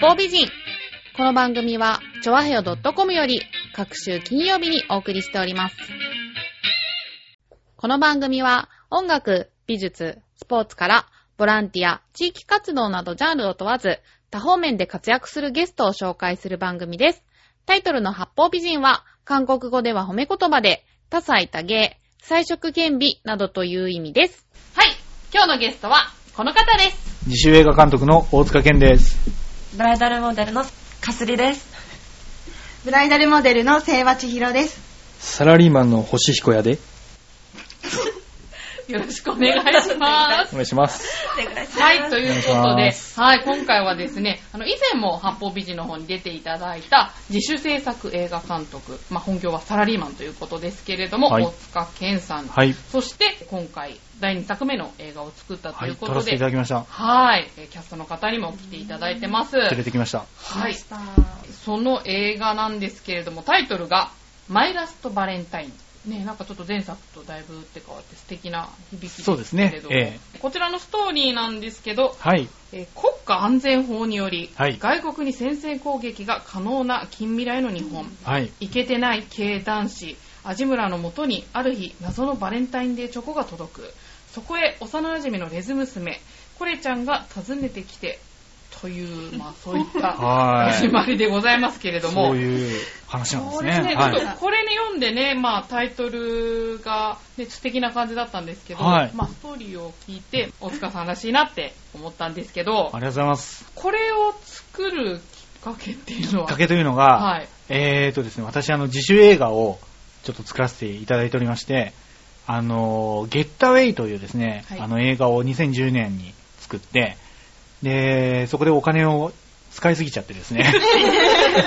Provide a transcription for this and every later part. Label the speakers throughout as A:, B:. A: 方美人。この番組は、ちょわへよ .com より、各週金曜日にお送りしております。この番組は、音楽、美術、スポーツから、ボランティア、地域活動などジャンルを問わず、多方面で活躍するゲストを紹介する番組です。タイトルの八方美人は、韓国語では褒め言葉で、多彩多芸、彩色兼美などという意味です。はい、今日のゲストは、この方です。
B: 自主映画監督の大塚健です。
C: ブライダルモデルのかすりです。
D: ブライダルモデルの清和千尋です。
B: サラリーマンの星彦屋で。
A: よろしくお願いします。
B: お願いします。
A: はい、というこ
B: お
A: と
B: 願
A: で
B: いしま、
A: はい、今回はですね、あの、以前も八方美人の方に出ていただいた自主制作映画監督、まあ、本業はサラリーマンということですけれども、
B: はい
A: 大塚健さん、
B: はい。
A: そして今回、第2作目の映画を作ったと
B: はいい、
A: うこ
B: 撮
A: と
B: らせて
A: で、
B: いただきました。
A: はい、えーキャストの方にも来ていただいてます。
B: 連れてきました。
A: はい、その映画なんですけれども、タイトルが、マイラストバレンタイン。ね、なんかちょっと前作とだいぶ打って変わって素敵な響き
B: そうですね
A: けれども
B: え
A: こちらのストーリーなんですけど、
B: はい。
A: えー国家安全法により、
B: はい
A: 外国に先制攻撃が可能な近未来の日本、
B: はい。
A: イケてない系男子アジムラのもとにある日謎のバレンタインデーチョコが届くそこへ幼馴染のレズ娘コレちゃんが訪ねてきてという、まあ、そういった
B: はい
A: 始まりでございますけれども
B: そういう話なんで
A: そ
B: す
A: う
B: ね。
A: ですね、
B: は
A: ちょっ
B: い。
A: とこれね読んでね、まあ、タイトルが、ね、素敵な感じだったんですけど、
B: はい
A: まあ、ストーリーを聞いて大塚さんらしいなって思ったんですけど
B: ありがとうございます。
A: これを作るきっかけっていうの
B: きっ
A: は
B: かけというの
A: は
B: が、
A: い、
B: えーとですね、私、あの、自主映画をちょっと作らせていただいておりまして、あの、ゲッタウェイというですね
A: は、い
B: あの映画を2010年に作って、で、そこでお金を使いすぎちゃって ですね、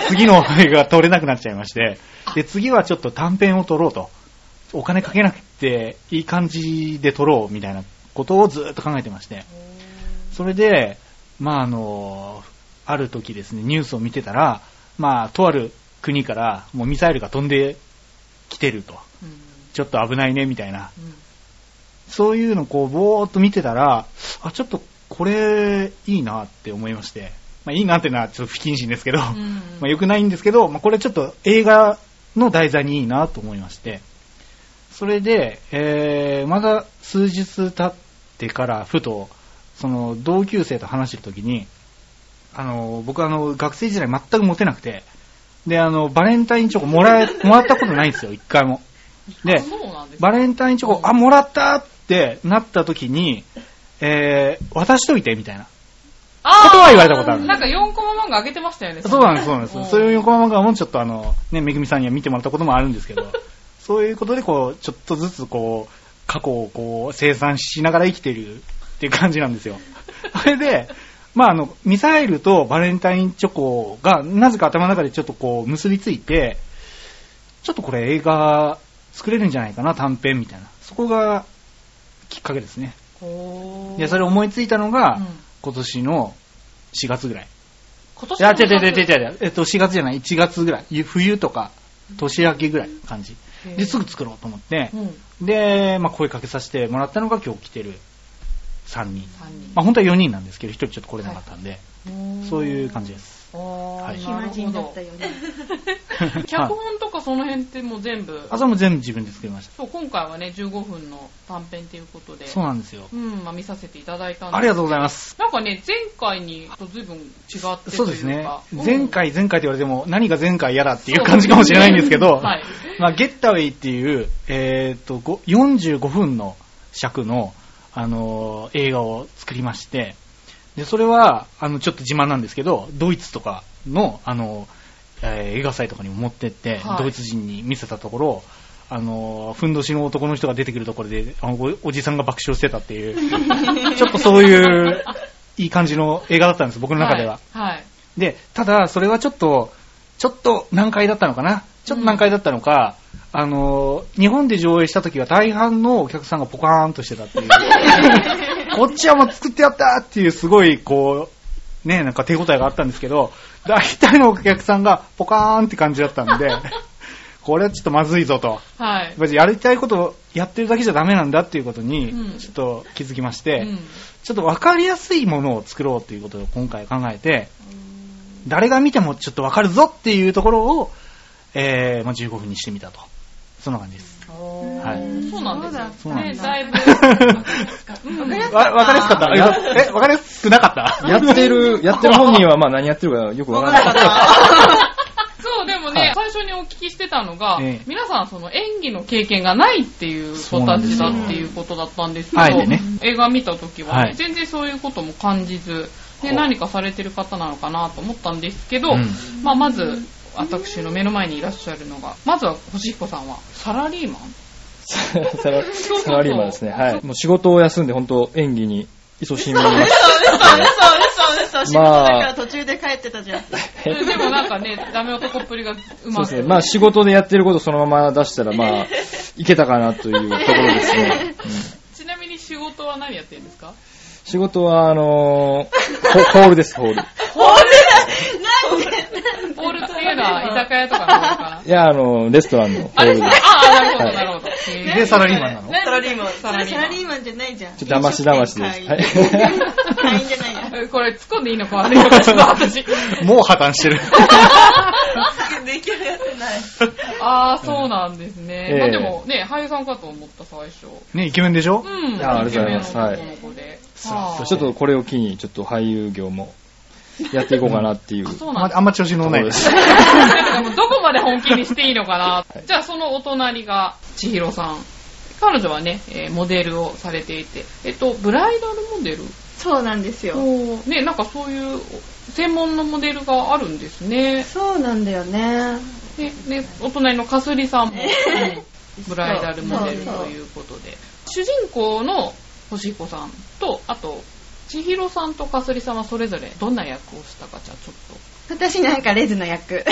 B: 次の映画が撮れなくなっちゃいまして、で、次はちょっと短編を撮ろうと。お金かけなくていい感じで撮ろうみたいなことをずーっと考えてまして。それで、まああの、ある時ですね、ニュースを見てたら、まあ、とある国からもうミサイルが飛んできてると。
A: うん
B: ちょっと危ないねみたいな
A: うん
B: そういうのをこう、ぼーっと見てたら、あ、ちょっとこれ、いいなって思いまして。まあ、いいなってのはちょっと不謹慎ですけど、
A: うん
B: まあ、良くないんですけど、まあ、これちょっと映画の題材にいいなと思いまして。それで、えー、まだ数日経ってから、ふと、その、同級生と話してる時に、あの、僕あの、学生時代全くモテなくて、で、あの、バレンタインチョコもらえ、もらったことないんですよ、一回も。で、
A: そうなんですね
B: バレンタインチョコ、あ、もらったってなった時に、えー、渡しといて、みたいな。
A: あー
B: ことは言われたことある
A: なんか4コマ漫画上げてましたよね。
B: そうなんです、そうなんです。そういう
A: う。
B: 横浜がもうちょっとあの、ね、めぐみさんには見てもらったこともあるんですけ ど、そういうことでこう、ちょっとずつこう、過去をこう、生産しながら生きてるっていう感じなんですよ。それで、まああの、ミサイルとバレンタインチョコが、なぜか頭の中でちょっとこう、結びついて、ちょっとこれ映画作れるんじゃないかな、短編みたいな。そこが、きっかけですね。
A: おー
B: で、それを思いついたのが、
A: うん
B: 今年の4月ぐらい。
A: 今年
B: いや、違う違う違う違う違う。えっと、4月じゃない、1月ぐらい。ゆ冬とか、年明けぐらい感じ。
A: へ
B: で、
A: ー
B: すぐ作ろうと思って
A: う、ん。
B: で、まあ、声かけさせてもらったのが今日来てる3人。
A: 三人
B: まあ、本当は4人なんですけど、1人ちょっと来れなかったんで、
A: うん
B: そういう感じです。
A: おー
B: はい
A: な
D: 暇
A: るほ
D: 人だっ
A: ど
D: た。よね。
A: 脚
B: はい
A: 本とかその辺ってもう全部。
B: あ、それも全部自分で作りまし
A: そう、今回はね、15分の短編ということで。
B: た。そう
A: う
B: なんですよ。
A: ん、まあ見させていただいたんで。
B: ありがとう
A: う。
B: ございます。
A: なんかね、前回にと随分違って
B: そうですね。
A: というか
B: 前回前回って言われても、何が前回やらっていう感じかもしれないんですけど、
A: うん はい。
B: まあ、ゲッタウェイっていう、えー、とご45分の尺の、あのー映画を作りましてでそれはあのちょっと自慢なんですけどドイツとかの、あのーえー映画祭とかにも持ってって、
A: はい
B: ドイツ人に見せたところあのーふんどしの男の人が出てくるところであのおおじさんが爆笑してたっていう ちょっとそういういい感じの映画だったんです僕の中では。
A: はい。はい。
B: で、ただ、それはちょっと、ちょっと難解だったのかな。ちょっと難解だったのか、あの、日本で上映した時は大半のお客さんがポカーンとしてたっていう。 こっちはもう作ってやったっていう、すごい、こう、ね、なんか手応えがあったんですけど、大体のお客さんがポカーンって感じだったん で、これはちょっとまずいぞと。
A: はい。
B: やっぱりやりたいことをやってるだけじゃダメなんだっていうことに
A: うん、
B: ちょっと気づきまし
A: う
B: て、
A: ん
B: ちょっと分かりやすいものを作ろうということを今回考えて、誰が見てもちょっとわかるぞっていうところを、えーまあ、15分にしてみたと。そんな感じ です。はい。
A: そうなんですよ。
B: そうなんで
A: ね、
B: す
A: だいぶ。 うん
B: わわかりやすかった え、わかりやすくなかった
E: やって る、やってる本人はまあ何やってるかよくわからない。
A: そう、でもね、最初にお聞きしてたのが
B: ええ、
A: 皆さんその演技の経験がないっていう子たちだっていうことだったんですけど
B: そうなんですよはい、
A: 映画見た時は
B: は
A: ね
B: い
A: 全然そういうことも感じず、で
B: ほう
A: 何かされてる方なのかなと思ったんですけど
B: うん、
A: まあまず、私の目の前にいらっしゃるのが、まずは星彦さんはサラリーマン
E: サラサラリーマンですね。はい。もう仕事を休んで本当演技に勤しみます。
D: 嘘嘘嘘嘘。仕事だから途中で帰ってたじゃん。
A: うんでもなんかね、ダメ男っぷりがう
E: そう
A: ま
E: ですね。
A: く。
E: まあ仕事でやってることそのまま出したらま あ、いけたかなというところです ね。うん
A: ちなみに仕事は何やってるんですか
E: 仕事は、あのー、ホホールです、ホール。
A: ホールっていうのは居酒屋とかの方かな
E: いや、あのー、レストランのホ
A: あ
E: ー
A: れ
E: ル
A: そ
E: で
A: うあ
E: す。
A: あ、なるほど、なるほど。へ
B: で、
A: ー
B: サラリーマンなの
D: サラリーマン。
A: サ
D: サ
A: ラ
D: ラ
A: リ
D: リ
A: ーマン
D: ーマンじゃないじゃん。
E: ちょっと騙し騙しです。は
D: 飲食店
E: い。
D: 会員会員じゃない
A: えこれ突っ込んでいいのか悪いのかちょっと私。
B: もう破綻してる。
D: やん。できるやつない。
A: ああ、そうなんですね。
E: ええ
A: まあでもね、俳優さんかと思った最初。
B: ね、イケメンでしょ
A: うん。
E: あありがとうございます
A: イケメンの男の子ではあ
E: ちょっとこれを機に、ちょっと俳優業もやっていこうかなっていう。
A: あ
E: と
A: そうなん
B: あ
A: だ。
B: あんま調子乗
E: こ
B: らない
E: ろで
B: です。
E: す。
A: でもどこまで本気にしていいのかな。じゃあそのお隣が千尋さん。彼女はね、えーモデルをされていて、えっと、ブライダルモデル
D: そうなんですよ。
A: おーね、なんかそういう専門のモデルがあるんですね。
D: そうなんだよね。
A: で、でお隣のかすりさんも、うんブライダルモデ
D: そ
A: ル
D: うそう
A: ということで。主人公の星子さんと、あと、千尋さんとかすりさんはそれぞれどんな役をしたかじゃあちょっ
D: 私なんかレズの役。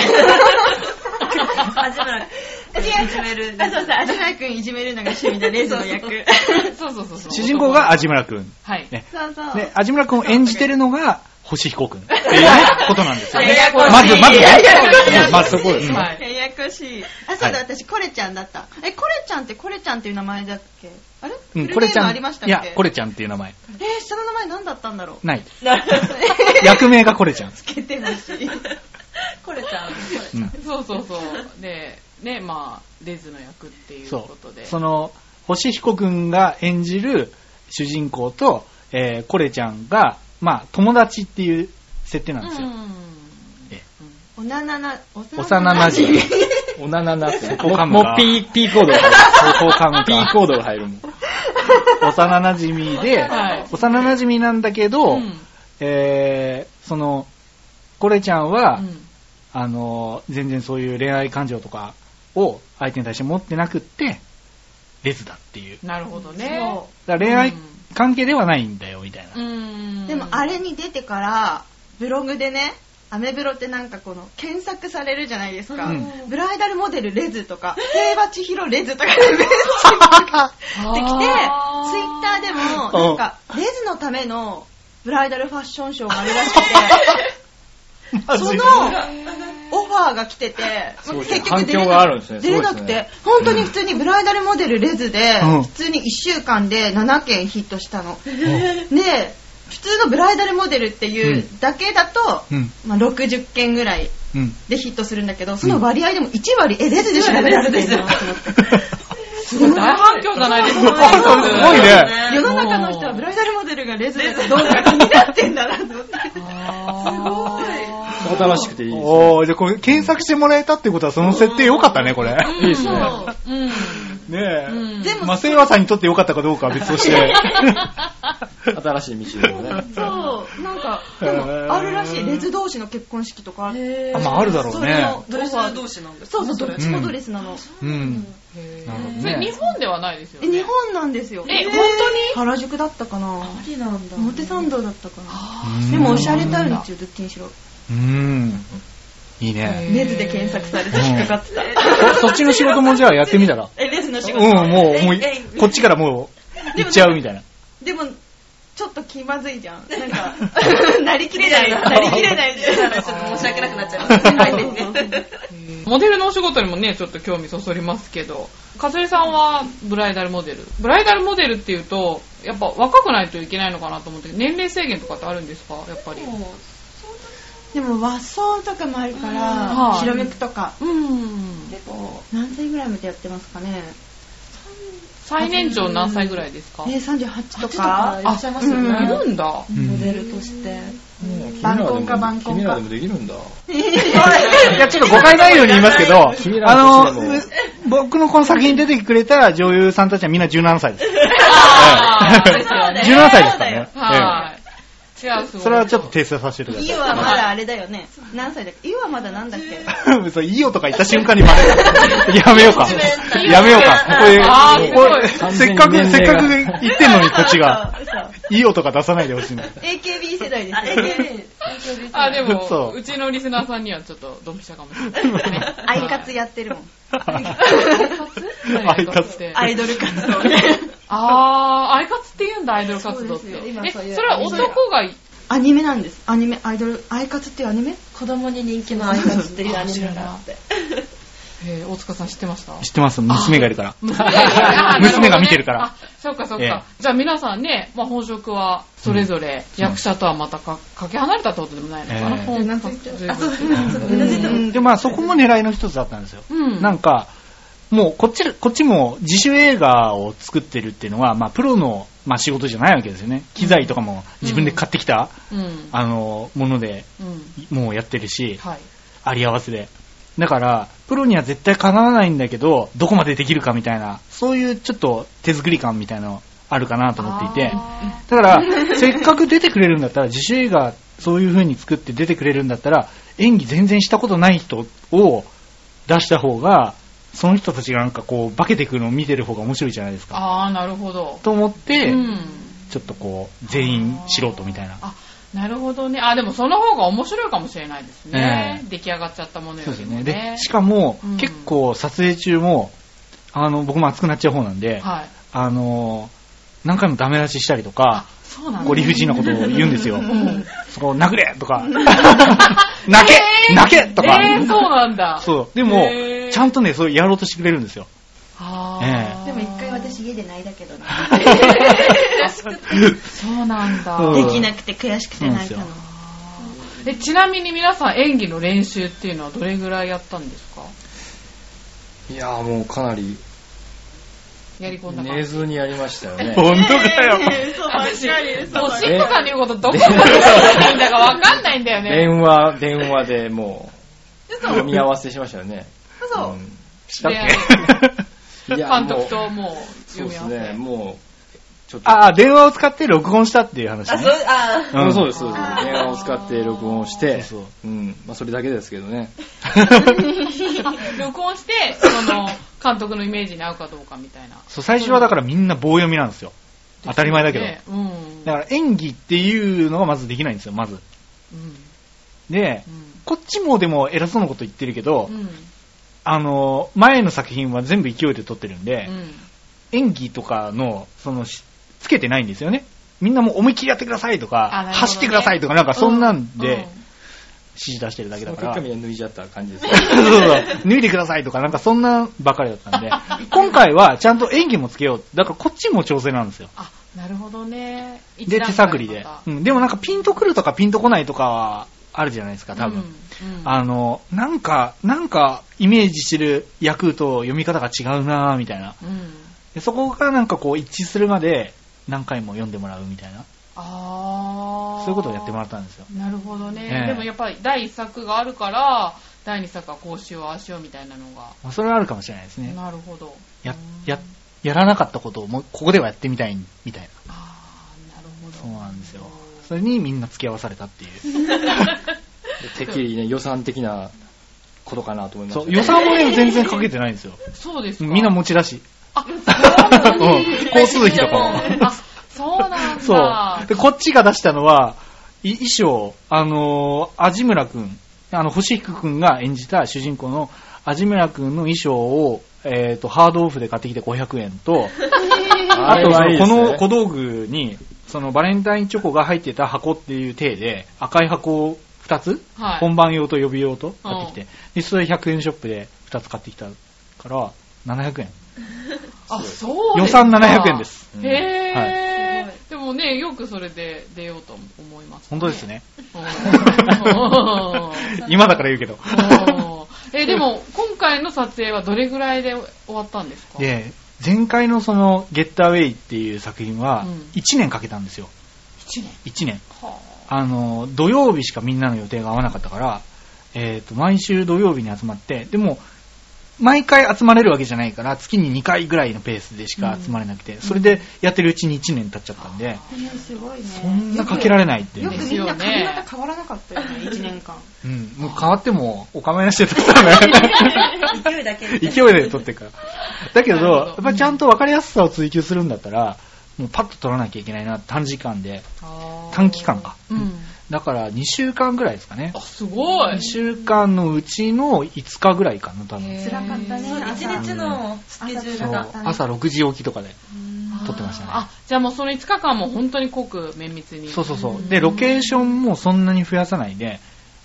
F: 味村
D: 違う
F: いじめる
D: あ、そうそう、あじくんいじめるのが趣味だ、レズの役。
A: と。そうそうそうそ う。
B: 主人公が味村くん。
A: はい。
B: ね
D: そうそう。
B: ね、味村くんを演じてるのが星彦くんっていうね、ことなんですよね。
D: ややこしい
B: まず、まずね
D: いやいやいや
B: うんまずそこです。
A: は
D: や
A: い。
D: やこしい。あ、そう
B: は
D: だ、
B: い
D: 私、コレちゃんだった。え、コレちゃんってコレちゃんっていう名前だっけあれ
B: うん、
D: フ
B: これ
D: ルネ
B: ち
D: ーム
B: ゃ
D: あ
B: ん。
D: りましたっ
B: い
D: け
B: や、これちゃんっていう名前。
D: えー、下の名前何だったんだろう
B: ない。 役名がこれちゃん。
D: つけてほしい。
F: これちゃん。
B: うん
A: そうそうそう。で、ね、まあ、レズの役っていう
B: そ
A: こと
B: う。
A: で。
B: その、星彦くんが演じる主人公と、えー、コレちゃんが、まあ、友達っていう設定なんですよ。え
D: おななな、
B: 幼馴染み。
E: おななな って。
B: こ噛むか
E: もうもう P、P コードが入る。
B: 高校看
E: P
B: 護
E: コードが入るもん。
B: 幼馴染で、
A: はい
B: 幼馴染なんだけど、
A: うん
B: えーその、コレちゃんは、
A: うん
B: あの、全然そういう恋愛感情とかを相手に対して持ってなくって、レズだっていう。
A: なるほどね。
D: そ
B: だから恋愛
A: うん
B: 関係ではないんだよ、みたいな。
A: うん
D: う。でも、あれに出てから、ブログでね、アメブロってなんかこの、検索されるじゃないですか。
B: うん
D: ブライダルモデルレズとか、平和千尋レズとかでめっちゃってきて、ツイ
A: あー
D: ッターでも、なんか、レズのためのブライダルファッションショーがあるらしくて、
B: マジ
D: そ
B: で
D: のオファーが来てて、
E: そうですね
D: 結局出れ
E: 反響がある
D: なん
E: ですね
D: 出れなく
E: そう
D: て、
E: ですね
D: 本当に普通にブライダルモデルレズで、
B: うん
D: 普通に1週間で7件ヒットしたの。で、普通のブライダルモデルっていうだけだと、
B: うん
D: まあ、60件ぐらい
B: うん。
D: でヒットするんだけど、その割合でも1割、え、レズで調べられてるなって思って。
A: すごい大反響じゃないですか。
B: あそれすごいね。
D: 世の中の人はブライダルモデルがレズだとどうか気になってんだなと思って。
E: お楽しくていいです。
B: おー、じゃあこれ検索してもらえたってことはその設定良かったね、これ。
A: いいです
E: ね
D: そう。
A: うん。
B: ねえ。
A: うん
D: でも
B: まあ、セイワさんにとって良かったかどうかは別として。
E: 新しい道をね。
D: そう、なんか、で
B: へ
D: も
B: ー
D: あるらしい、レズ同士の結婚式とかあって。
B: あまああるだろうね
D: それのオファー
F: 同士なんです
D: そうそう、どっちもドレスなの。
B: うん。
A: へー
B: なるほどね
A: それ日本ではないですよ
D: え、
A: ね。
D: 日本なんですよ。
A: え、本
D: 原宿だったかな
F: きなんだ
D: 表参道だったか
B: ー
D: なでも、おしゃれタウンっていうどっちにしろ。
B: うん。いいね。
D: レズで検索されて引っかかってた。
B: そそっちの仕事もじゃあやってみたら。
D: え、レズの仕
B: うん、
D: 事。
B: もう、もう
F: え、
B: こっちからもう、行っちゃうみたいな。
D: でも、ちょっと気まずいじゃん。なんか、 なりきれない、なりきれないじゃん。
F: ちょっと申し訳なくなっちゃいます ね、 相手にね。
A: 当にモデルのお仕事にもね、ちょっと興味そそりますけど、かすりさんはブライダルモデル。ブライダルモデルっていうと、やっぱ若くないといけないのかなと思って、年齢制限とかってあるんですかやっぱり。
D: でも和装とかもあるか
A: うん
D: ら
A: はい
D: 白めくとか
A: うん。
F: でこ
D: 何歳ぐらいまでやってますかね
A: 最年長何歳ぐらいですか
D: え38
F: う
D: と
F: とか
D: か
F: いらっしゃいますよね
D: あうん
A: いるんだ。
B: うん
F: モデルとして
D: 晩婚か晩婚か
E: 君らでもできるんだ。
B: いや、ちょっと誤解ないように言いますけど、
E: 君らの
B: あ
E: 年で
B: の、僕のこの作品に出てくれた女優さんたちはみんな17歳です。
A: あー
B: ええ
A: ですよね
B: 17歳ですからね。
A: はい。いや、す
B: ええ
A: ごい。
B: それはちょっと訂正させてくだ
D: イ
B: さ
D: オはまだあれだよね何歳だっけイオはまだなんだっけ
B: い。そう、いいよとか言った瞬間にバレる。 やめようか。やめようか。こ
A: あー
B: れ、
A: す
B: こ
A: ごい
B: れせっかく、せっかく言ってんのにこっちが、
D: 嘘嘘
B: いいよとか出さないでほしいん だ。
D: AKB 世代ですよ
F: あ AKB
A: あ、でも、
B: そう
A: うちのリスナーさんにはちょっとドンピシャかもしれないですね。
D: アイカツやってるもん
B: アイカツ
A: って。
D: アイドル活動
A: あー、アイカツって言うんだ、アイドル活動って。
F: そうですよ今
A: え、そ
F: そういう
A: れは男が、
D: アニメなんですアニメアイドルアイカツっていうアニメ
F: 子供に人気のアイカツっていうアニメがあって
A: えー大塚さん知って ました
B: 知ってます娘がいるから。
A: あー
B: 娘が見てるから。
A: あ、そっかそっ
B: え
A: か。じゃあ皆さんね、まあ本職はそれぞれ役者とはまたかかけ離れたってことでもないのかな。
B: ええ
A: 本
F: なん
A: 格
F: か
A: ずいぶん
F: あそうそうそう
B: うんで、まあそこも狙いの一つだったんですよ。
A: うん。
B: なんか、もうこっち、こっちも自主映画を作ってるっていうのは、まあプロの、まあ、仕事じゃないわけですよね。機材とかも自分で買ってきた、
A: うん。
B: あの、もので、
A: うん。
B: もうやってるし、
A: はい。
B: あり合わせで。だから、プロには絶対かなわないんだけど、どこまでできるかみたいな、そういうちょっと手作り感みたいなのあるかなと思っていて、
A: あ
B: だから、せっかく出てくれるんだったら、自主映画、そういう風に作って出てくれるんだったら、演技全然したことない人を出した方が、その人たちがなんかこう、化けてくるのを見てる方が面白いじゃないですか。
A: あー、なるほど。
B: と思って、
A: うん。
B: ちょっとこう、全員素人みたいな。
A: あ、なるほどね。あ、でもその方が面白いかもしれないですね。
B: え
A: 出来上がっちゃったもの
B: そ
A: よ
B: うです
A: り
B: よ
A: も
B: ね。
A: ね
B: で、。しかも、
A: うん
B: 結構撮影中も、あの、僕も熱くなっちゃう方なんで、
A: はい。
B: あの、何回もダメ出ししたりとか、
A: そうなん
B: こう理不尽なことを言うんですよ。
A: ん
B: そこ、殴れ とか、泣け、泣けとか。
A: えー、そうなんだ。
B: そう。でも
A: へー、
B: ちゃんとね、そうやろうとしてくれるんですよ。
A: あー
D: でも一回私家で泣いたけどね
A: そうなんだ。
B: うん
D: できなくて悔しくて泣いたの
B: そうなんで
A: えちなみに皆さん演技の練習っていうのはどれぐらいやったんですか
E: いやーもうかなり、
A: やり込んだ感
E: 寝
A: じ。
E: ずにやりましたよ ね。
B: 本当だよ。
D: 嘘ばっかり嘘
A: も
D: ば
A: う
D: っか
A: しんこさんの言うことどこまで聞いていいんだかわかんないんだよね。
E: 電話、電話でもう、読み合わせしましたよね。
D: 嘘
E: うんしたっけいや
A: 監
E: もう
A: 督ともう
E: そう
A: 読み合わせ。
E: ですね、もう、ちょっと。
B: ああ、電話を使って録音したっていう話
F: あ
B: ね。
F: そうあー
B: うん
E: そうです、そうです。電話を使って録音をして、
B: そうそう
E: うん。まあ、それだけですけどね。
A: 録音して、その、監督のイメージに合うかどうかみたいな。
B: そう最初はだからみんな棒読みなんですよ。当たり前だけど。
A: ねうん。
B: だから演技っていうのがまずできないんですよ、まず。
A: うん。
B: で
A: う、ん
B: こっちもでも偉そうなこと言ってるけど、
A: うん。
B: あの、前の作品は全部勢いで撮ってるんで、
A: うん。
B: 演技とかの、その、しつけてないんですよね。みんなもう思いっきりやってくださいと
A: あな
B: か、
A: るほどね
B: 走ってくださいとか、なんかそんなん
A: う
B: で指示出してるだけだ
E: その
B: か
E: 結
B: ら。
E: 果みんな脱いじゃった感じですね。
B: そうそう、脱いでくださいとか、なんかそんなばかりだったん で、今回はちゃんと演技もつけよう。だからこっちも調整なんですよ。
A: あ、なるほどね。
B: で、手探りで。う
A: 多
B: ん、でもなんかピンとくるとかピンとこないとかはあるじゃないですか、多分。。
A: うんうん
B: あの、なんか、なんか、イメージしてる役と読み方が違うなぁ、みたいな。
A: うん。
B: でそこがなんかこう一致するまで何回も読んでもらうみたいな。
A: ああ。
B: そういうことをやってもらったんですよ。
A: なるほどね、
B: ええ
A: でもやっぱり第1作があるから第2作はこうしようああしようみたいなのが、
B: まあ、それはあるかもしれないですね。
A: なるほど
B: や、や、やらなかったことをもうここではやってみたい、みたいな。
A: ああなるほど
B: そうなんですよ。それにみんな付き合わされたって いう。
E: てっきりね、予算的なことかなと思いまし
B: そ
E: た
B: う、
E: ね。
B: 予算もね、全然かけてないんですよ。
A: そうですか
B: みんな持ち出し。
A: あ
B: うん交通費とかも。
A: あそうなんだ
B: そう。で、こっちが出したのは、い衣装、あのー、味村くん、あの、星彦くんが演じた主人公の味村くんの衣装を、えっ、と、ハードオフで買ってきて500円と、あと、そ
E: れは
B: の
E: いいで
B: こ
E: すね
B: の小道具に、そのバレンタインチョコが入ってた箱っていう体で、赤い箱を2つ、
A: はい
B: 本番用と予備用と買ってきて、で、それ100円ショップで2つ買ってきたから、700円。
A: あそうですか
B: 予算700円です
E: うん
A: へえ、
B: は
A: でももね、よくそれで出ようと思います、
B: 本当です。ね。
A: うん
B: 今だから言うけど。
A: おーえ、でも、今回の撮影はどれぐらいで終わったんですか
B: で、前回のその、ゲッターウェイっていう作品は
A: うん、
B: 1年かけたんですよ。
A: 1年。
B: 1年。
A: は
B: あの、土曜日しかみんなの予定が合わなかったから、えっ、と、毎週土曜日に集まって、でも、毎回集まれるわけじゃないから、月に2回ぐらいのペースでしか集まれなくて、それでやってるうちに1年経っちゃったんで、
D: すごいね。
B: そんなかけられないっていう
D: よく
B: ね。
D: みんな
A: です
D: 髪
A: よね
D: 型変わらなかったよね、1年間。
B: うん、もう変わってもお構いなしで撮った ね。
F: 勢いだけ
B: 勢いで撮ってるから。だけど、
A: なるほど
B: やっぱりちゃんと分かりやすさを追求するんだったら、もうパッと撮らなきゃいけないな、短時間で。
A: あ
B: 短期間か
A: うん。
B: だから2週間ぐらいですかね
A: あ、。すごい
B: 2。週間のうちの5日ぐらいかな、多分。
A: へー
D: 辛かったね。
F: そう
D: 朝
F: 1日のスケジュー
B: そ
F: ル
B: う
F: が
B: 朝6時起きとかで撮ってましたね
A: あ、じゃあもうその5日間も本当に濃く綿密に。
B: そうそうそうでロケーションもそんなに増やさないで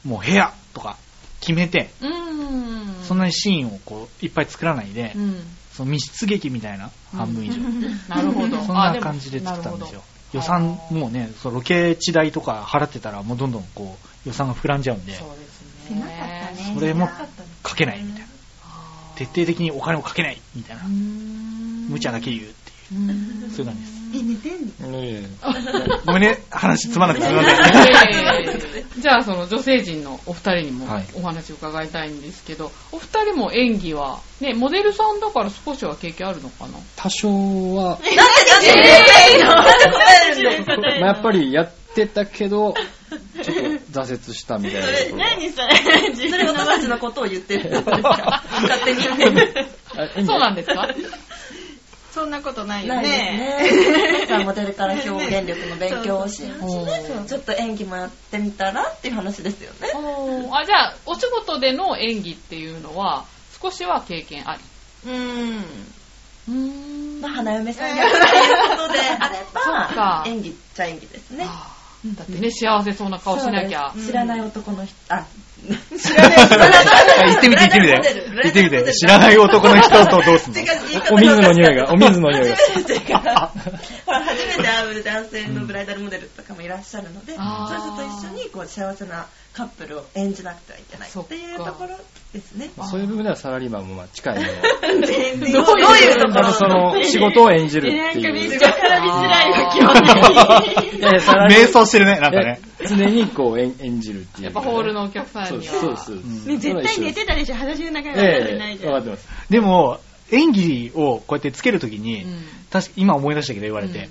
B: もう部屋とか決めて
A: うーん。
B: そんなにシーンをこういっぱい作らないで、
A: うん。
B: その密室劇みたいな半分以上、
A: なるほど。
B: そん
A: あ
B: な
A: も
B: 感じで作ったんですよ予
A: なる
B: 算
A: ほど
B: もうねそのロケ地代とか払ってたらもうどんどんこう予算が膨らんじゃうんで
A: なるほどそうです
D: 狭
A: ね。
D: かったね。
B: それも
D: なかったね
B: かけないみたいな
A: あー
B: 徹底的にお金をかけないみたいな
A: うーん
B: 無茶だけ言うっていう
A: うーん
B: そういう感じです
D: え、寝てんの
E: ね
B: ごめんね話つまんなくてすいません
A: えーじゃあその女性陣のお二人にも
B: はい
A: お話を伺いたいんですけど、お二人も演技は、ね、モデルさんだから少しは経験あるのかな
E: 多少は、まあ、やっぱりやってたけど、ちょっと挫折したみたいなところが。
F: それそれ私たちのことを言って るんですか勝手にね
E: あ演技
A: そうなんですか
D: そんなことないよ
F: ないです
D: ね。
F: ね。さあモデルから表現力の勉強をし、
A: おー
F: ちょっと演技もやってみたらっていう話ですよね。
A: おーあじゃあお仕事での演技っていうのは少しは経験あり
D: うん。
A: うーん
F: まあ、花嫁さんがということであ
A: そ
F: れ
A: うか
F: ば、演技っちゃ演技ですね。
A: あーだってね幸せそうな顔しなきゃ
F: そうです知らない男の人、あ、
D: 知ら ない、知らない。
B: 行ってみて行ってみ
F: ブライダ
B: て
F: ルモデ
B: 行
F: ルブライダルモデル
B: ってみて知らない男の人とどうすんの
D: 違う、
E: お水の匂いが、お水の匂い が。
F: 違う。ほら、初めて会う男性のブライダルモデルとかもいらっしゃるので、そ
A: あー
F: れと一緒にこう幸せなカップルを演じなくてはいけないっていうところですね。
E: まあそういう部分ではサラリーマンもまあ近いので。
F: 全然
A: どういう
F: とこ
E: 多
F: ろ
E: 分その仕事を演じるっていう。
A: 絡
E: い
A: みづらいわ
E: やいやサラリー
B: 瞑想してるねなんかね
E: え常にこう演演じるっていう。
A: やっぱホールのお客さ
E: そ
A: ん
E: うで
A: に
E: す。
A: は
E: そうです。
B: ね
E: 絶対寝てたでしょ。話の中
D: で分かってないじゃん
E: 分かってます。
B: でも演技をこうやってつけるときに、
A: うん
B: 確か今思い出したけど言われて、
A: うん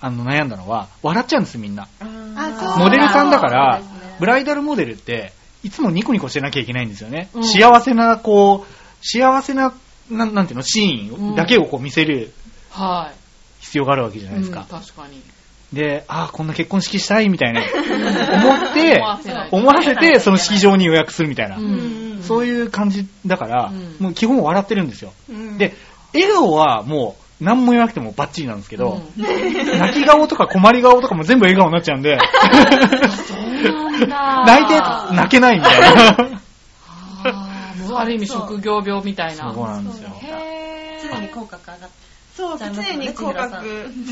B: あの悩んだのは笑っちゃうんですみんな
D: あ
B: モデルさんだから、
F: そうですね
B: ブライダルモデルっていつもニコニコしてなきゃいけないんですよね、
A: うん
B: 幸せなこう幸せななんなんていうのシー
A: う
B: ン
A: ん
B: だけをこう見せる
A: は
B: 必要があるわけじゃ
A: い、
B: ないですか、
A: うん確かに
B: でああこんな結婚式したいみたいな思って
A: 思わせない
B: 思わせてその式場に予約するみたいな、
A: うん
B: そういう感じだから、
A: うん
B: もう基本笑ってるんですよ。
D: うん
B: で、笑顔はもう何も言わなくてもバッチリなんですけど、
A: う ん
B: 泣き顔とか困り顔とかも全部笑顔になっちゃうんで、
A: なんだ
B: 泣いて泣けないみたいな。
A: あーもうある意味職業病みたいな
B: そうなんですよ。
A: へ
F: 常に口角上がって。
D: そう、常に口角。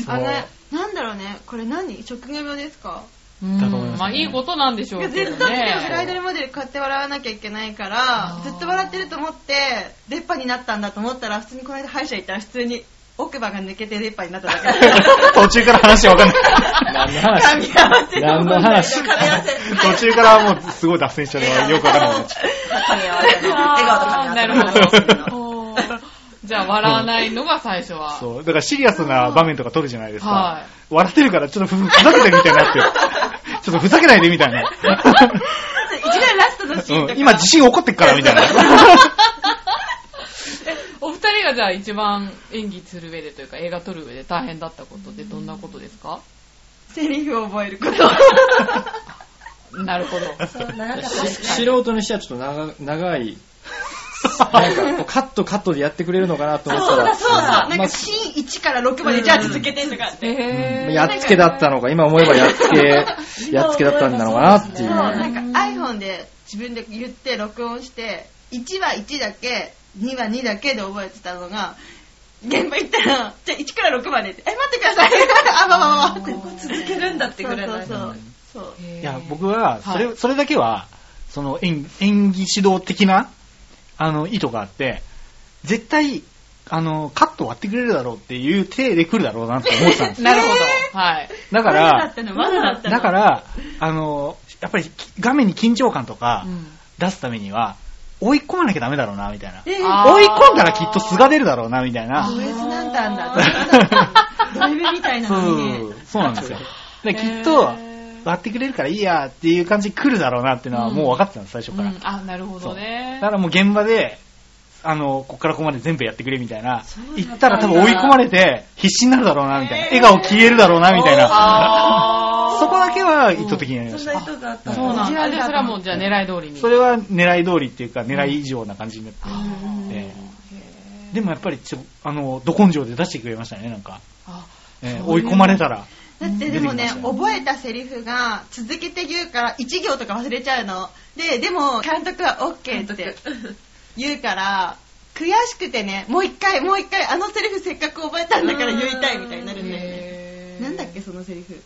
D: あれ、なんだろうね、これ何職業病ですか
A: ー
B: だと思いますね
A: まあいいことなんでしょうけどね
D: 絶対今日ブライダルモデルこうやって笑わなきゃいけないから
A: あ、ー
D: ずっと笑ってると思って、出っ歯になったんだと思ったら、普通にこの間歯医者行ったら、普通に奥歯が抜けて出っ歯になっただけ だった。
B: 途中から話わかんない。
E: 何の話
D: 噛み合わせ
E: 何の話
F: 噛み合わせ。
B: 途中からもうすごい脱線しちゃってよくわかんない。
F: 噛み合わせの。笑顔と
A: あ
F: 噛
A: ー
F: み合
A: な
F: わせ
A: る
F: の話をするの。
A: ほどおーじゃあ笑わないのが最初は
B: そう。だからシリアスな場面とか撮るじゃないです
A: は
B: か
A: い。
B: 笑ってるからちょっとふふざけてみたいになってる。ちょっとふざけないでみたい な。
D: 一番ラストのシーンと
B: う
D: か。
B: ん今地震起こってっからみたいな。
A: お二人がじゃあ一番演技する上でというか映画撮る上で大変だったことってどんなことですか
D: セリフを覚えること。
A: なるほど
F: そう長かった
E: し
F: ですね
E: 素人にしてはちょっと長長い、 なんかこうカットカットでやってくれるのかなと思ったら、
D: そう、なん
E: まあ
D: かシーン1から6までじゃあ続けてんのかって。
A: えー
E: やっつけだったのか、今思えばやっつ け、やっつけだったんだろうかなっていう。
D: なんか iPhone で自分で言って録音して1は1だけ2は2だけで覚えてたのが現場行ったらから、じゃあ1から6までって、え、待ってください。あ、まあまあまあ。
A: あー
D: ここ続けるんだってぐらいの
F: そうそう
D: そう。そう。
A: い
B: いや、僕は、それ、それだけは、その演演技指導的な、あの、意図があって、絶対、あの、カット割ってくれるだろうっていう体で来るだろうなって思ってたん ですよ。
A: なるほど。はい。
B: だか
D: 罠だっ
B: ら
D: た、の、罠だったの。
B: だか、ら、あの、やっぱりき画面に緊張感とか
A: うん
B: 出すためには、追い込まなきゃダメだろうな、みたいな。
D: えー、
A: あー
B: 追い込んだらきっと素が出るだろうな、みたいな。
D: ド S なんだんだ。ド M みたいな
B: そ
D: の
B: う
D: にね。
B: そうなんですよ。できっと
A: へ、ー
B: 割ってくれるからいいやっていう感じに来るだろうなっていうのはもう分かってたんです、最初から。
A: うんあ、なるほどね
B: だ。からもう現場で、あの、こっからここまで全部やってくれみたいな
D: そうだっ。たんだ
B: 行ったら多分追い込まれて、必死になるだろうな、みたいな。笑顔消えるだろうな、みたいな。
A: あー
B: そこだけは意図的になりま
F: そん
B: し
F: な
B: た。
F: 人があった
A: そ
F: の
A: うなんだ。で、それはもうじゃあ狙い通りに。
B: それは狙い通りっていうか、狙い以上な感じになって。
A: あー
B: ええでもやっぱりちょ、あの、ど根性で出してくれましたね、なんか。
A: あ
B: ええ追い込まれたら。
D: だってでも
B: 出
D: ね
B: てきましたね
D: 覚えたセリフが続けて言うから1行とか忘れちゃうのででも監督は OK って言うから悔しくてねもう一回もう一回あのセリフせっかく覚えたんだから言いたいみたいになるんだよね
A: へー
D: なんだっけそのセリフ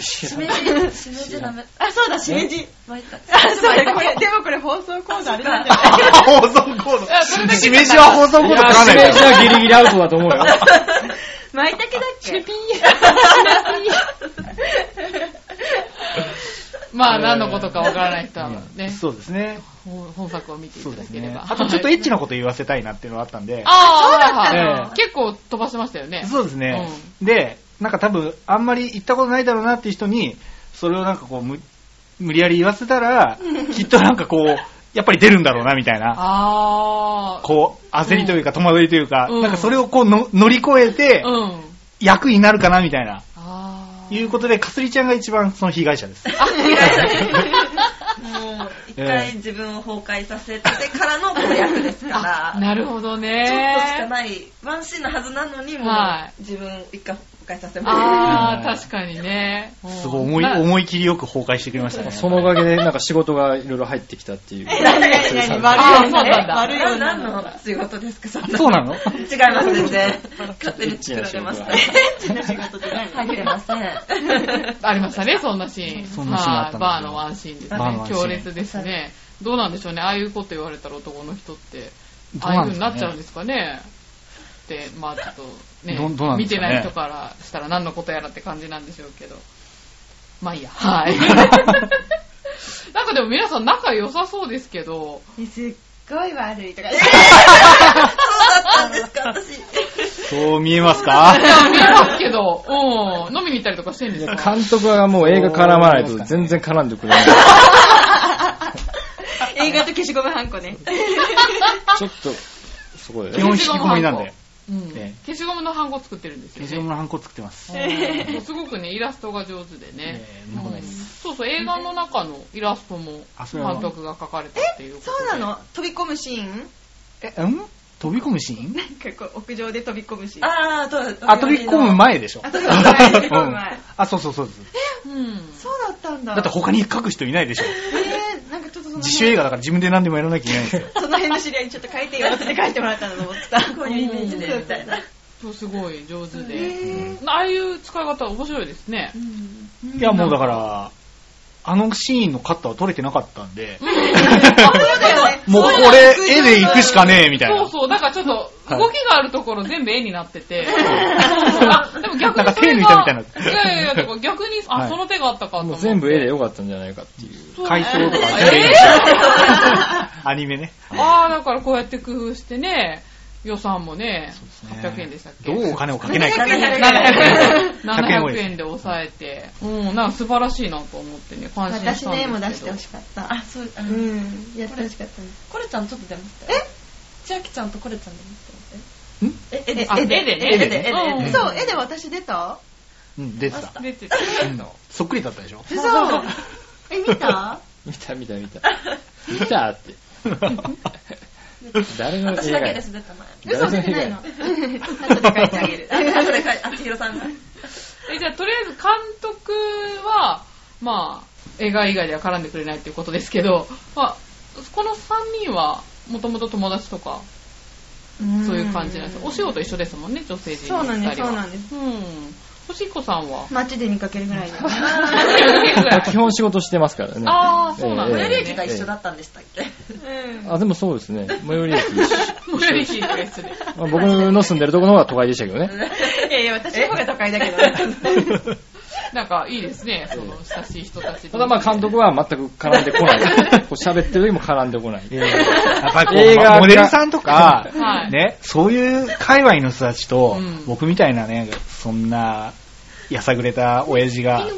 F: しめじ、しめじダメ。
D: あそうだしめじ
F: 巻いた。
D: あそうだこれでもこれ放送講座あれなんじゃない
B: 放送コ ー
A: やそれだ
B: ド。
A: け
B: しめじは放送コード
E: や、
B: か
E: し
B: な
E: め
B: い
E: じはギリギリアウトだと思う よ。
D: 舞茸だっけ
A: まあ、何のことかわからない人はね、
B: そうですね。
A: 本本作を見ていた
B: そう
A: だ
B: です
A: けれ
B: ね。
A: ば。
B: あとちょっとエッチなこと言わせたいなっていうのがあったんで。
A: ああ、そうだ
B: だったの
A: った結構飛ばしましたよね。
B: そうですね。で、なんか多分、あんまり行ったことないだろうなっていう人に、それをなんかこう、む無理やり言わせたら、きっとなんかこう、やっぱり出るんだろうな、みたいな。
A: ああ、
B: こう、焦りというか戸惑いというか、
A: うん
B: なんかそれをこうの乗り越えて、
A: うん。
B: 役になるかな、みたいな。
A: ああ。
B: いうことで、かすりちゃんが一番その被害者です。
F: もう、一回自分を崩壊させてからの公約ですか
A: あ
F: ら。
A: なるほどね。
F: ちょっとしかない、ワンシーンのはずなのに、もう
A: は、
F: 自分を一回崩壊させま
A: ああ、
B: うん
A: 確かにね。うん
B: すごい思い、
A: な
B: 思い切りよく崩壊してくれましたね。
E: そのおかげで、なんか仕事がいろいろ入ってきたって いう。
D: 何何何悪
A: あ
D: い
A: そうなんだ
D: 悪い
F: す。
D: よ
F: な
D: うな
F: 何
D: の
F: の仕事ですか、そんな。
B: そうなの
F: 違います、全然。勝手
E: エッ
F: に
E: チな
F: 作ら
E: 仕
F: れまし
E: 事
F: た
E: が。。
F: 入ってません。
A: ありましたね、そんなシーン。
B: そんなシーンあったんですよ
A: はいバーのワンシーンです
B: バーのワ
A: ね。
B: ンシーン
A: 強烈ですね。どうなんでしょうね、ああいうこと言われたら男の人って、
B: ど
A: あ
B: う
A: あいう
B: な
A: 風
B: んですかね
A: になっちゃうんですかね。で、まあちょっとね、
B: どどうなんで
A: 見
B: す
A: て
B: かね
A: ない人からしたら何のことやらって感じなんでしょうけど。まあいいや、はい。 なんかでも皆さん仲良さそうです けど、
D: えすっごい悪いとか
F: あです か、私。
B: そう見えますか
A: いや、見えますけど、うん、飲みに行ったりとかしてるんですか
E: 監督はもう映画絡まないと全然絡んでくれない。
D: 映画と消しゴムはんこね
E: ちょっと、そこで
B: 基本引きこもりなんで。
A: うん
B: え
A: 消しゴムのハンコ作ってるんですよ、
B: 消し
A: ね。
B: ゴムのハンコ作ってます。
A: うんすごくね、イラストが上手でね
B: え。えなんかね
A: うんそうそう、映画の中のイラストも
B: あそれは
A: 監督が描かれたっていうこと
D: そうなの飛び込むシーン
B: え、うん飛び込むシーン
D: なんかこう屋上で飛び込むシーン
F: あー、そう
B: あ、飛び込む前でしょ。
D: あ飛び込む前飛び込 む
B: う
D: 前
B: んあ、そうそうそうです。
A: で。うん。
D: そうだったんだ
B: だって他に書く人いないでしょ。
D: えー、なんかちょっとその
B: 自主映画だから自分で何でもやらなきゃいけないんですよ。
D: その辺の知り合いにちょっと書いてよって書いてもらったのと思ってた
F: こういうイメージで、みたいな。
A: そう、すごい上手で。
D: え
A: ああいう使い方面白いで すね。
B: いや、もうだから、あのシーンのカットは取れてなかったんで、
D: そうだよね
B: もうこれ絵で行くしかねえみたい
A: そ
B: な
A: う。そう、だからちょっと
B: はい
A: 動きがあるところ全部絵になっ てて。あ、でも
B: な
A: 逆にそれ
B: ん
A: が。
B: か手抜いたみたいない
A: やいやいや、とか逆に、
B: は
A: あ、
B: い
A: その手があったかと
E: も
A: 思
E: う
A: って。
E: 全部絵でよかったんじゃないかっていう。
A: そう
B: 回想とか
A: ええ
B: アニメね。
A: ああ、だからこうやって工夫してね、予算もね、800円でしたっけ
B: どうお金をかけないか。
D: 700円だから
B: 100円多い
A: 700
B: です
A: 円で抑えて、うん、なんか素晴らしいなと思ってね、感心
D: 私
A: したんですけど。
D: の絵も出してほしかった
F: あ、そう、あ
D: う
F: の
D: んやってほしかったね
F: コレちゃんちょっと出ましたよ。え千秋ちゃんとコレちゃん出ましたよ。ええで
A: あ
F: え
A: 絵でね。
F: 絵で絵で
A: うん
B: ん
D: そう絵で私出た
B: うん、出てた。
A: 出てた。
B: うんそっくりだったでしょ。
D: 嘘え見た
E: 見た見た見た。見たって。誰の映画
F: 私だけです、出た前。
D: 嘘出てないの 後で書いてあげる
F: あ、それかい、あ、千尋さんが。
A: え、じゃあとりあえず監督は、まあ、映画以外では絡んでくれないっていうことですけど、まあ、この3人は、もともと友達とか、
D: うん
A: そういう感じなんです。お仕事一緒ですもんね、女性陣
D: そうなんです
A: 二人は
D: そうなんです
A: うん。星子さんは
D: 街で見かけるぐら いで
E: まあ基本仕事してますからね。
A: ああ、そうなんだ。
E: ええ
F: 最寄り駅が一緒だったんでしたっけ、
D: うん
E: あ、でもそうですね。最寄り駅一緒。
A: 最寄り駅が一緒で。
E: まあ僕の住んでるところの方が都会でしたけどね。
D: いやいや私の方が都会だけどね
A: なんかいいですね、その親しい人たちと
E: ただまあ監督は全く絡んでこない。こう喋ってる時も絡んでこない。
B: えーやっぱりこ
E: 映画
B: う、
E: が
B: モデルさんとか、
A: はい
B: ね、そういう界隈の人たちと
A: うん、
B: 僕みたいなね、そんな、やさぐれた親父が、
A: い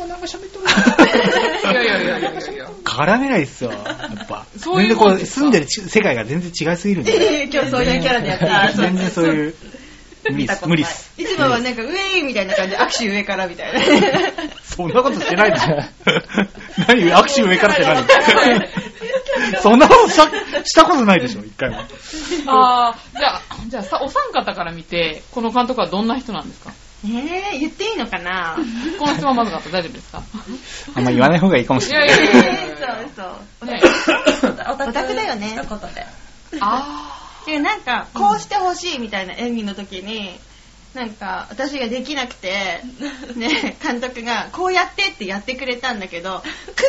A: やいやいやいやいや。
B: 絡めないっすよ、やっぱ。
A: そうい
B: 全然
A: う
B: こ
A: もん
B: う、
A: ですか
B: 住んでるち世界が全然違いすぎるんで。
F: 今日そういうキャラでやってるあー
B: 全然そういう、無理っす、無理っす。
D: いつもはなんかウェイみたいな感 じで握手上からみたいな
B: そんなことしてないでしょ。何握手上からって何 そんなことしたしたことないでしょ、一回も。
A: ああ、じゃあ、じゃあさ、お三方から見て、この監督はどんな人なんですか
D: ねえ言っていいのか な
A: この質問まずかった大丈夫ですか
B: あんま言わない方がいいかもし
A: い
B: れな
A: や
B: い。
A: いやい
D: え
A: やいや
D: ーそうそう
A: ね
F: オタ
D: オタクだよね
F: のことで
A: あ
D: でなんかこうしてほしいみたいな演技の時になんか私ができなくて、 ね、監督がこうやってってやってくれたんだけど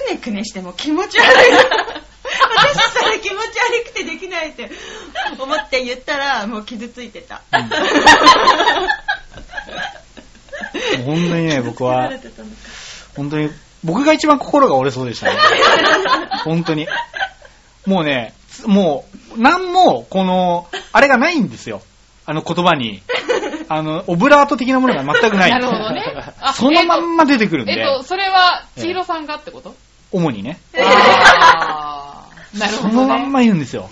D: くねくねしても気持ち悪い 私それ気持ち悪くてできないって思って言ったらもう傷ついてた、
B: 本当にね、僕は
F: 慣れ、てたんです
B: 本当に、僕が一番心が折れそうでしたね。本当に。もうね、つもう、なんも、この、あれがないんですよ。あの言葉に。あの、オブラート的なものが全く
A: あ、
B: ない。
A: なるほどね。あ
B: そのまんま出てくるん
A: えっと
B: で、
A: えっと、それは、千尋さんがってこと
B: 主にね。
A: あーなるほ
B: そ
A: ど、ね。
B: のまんま言うんですよ。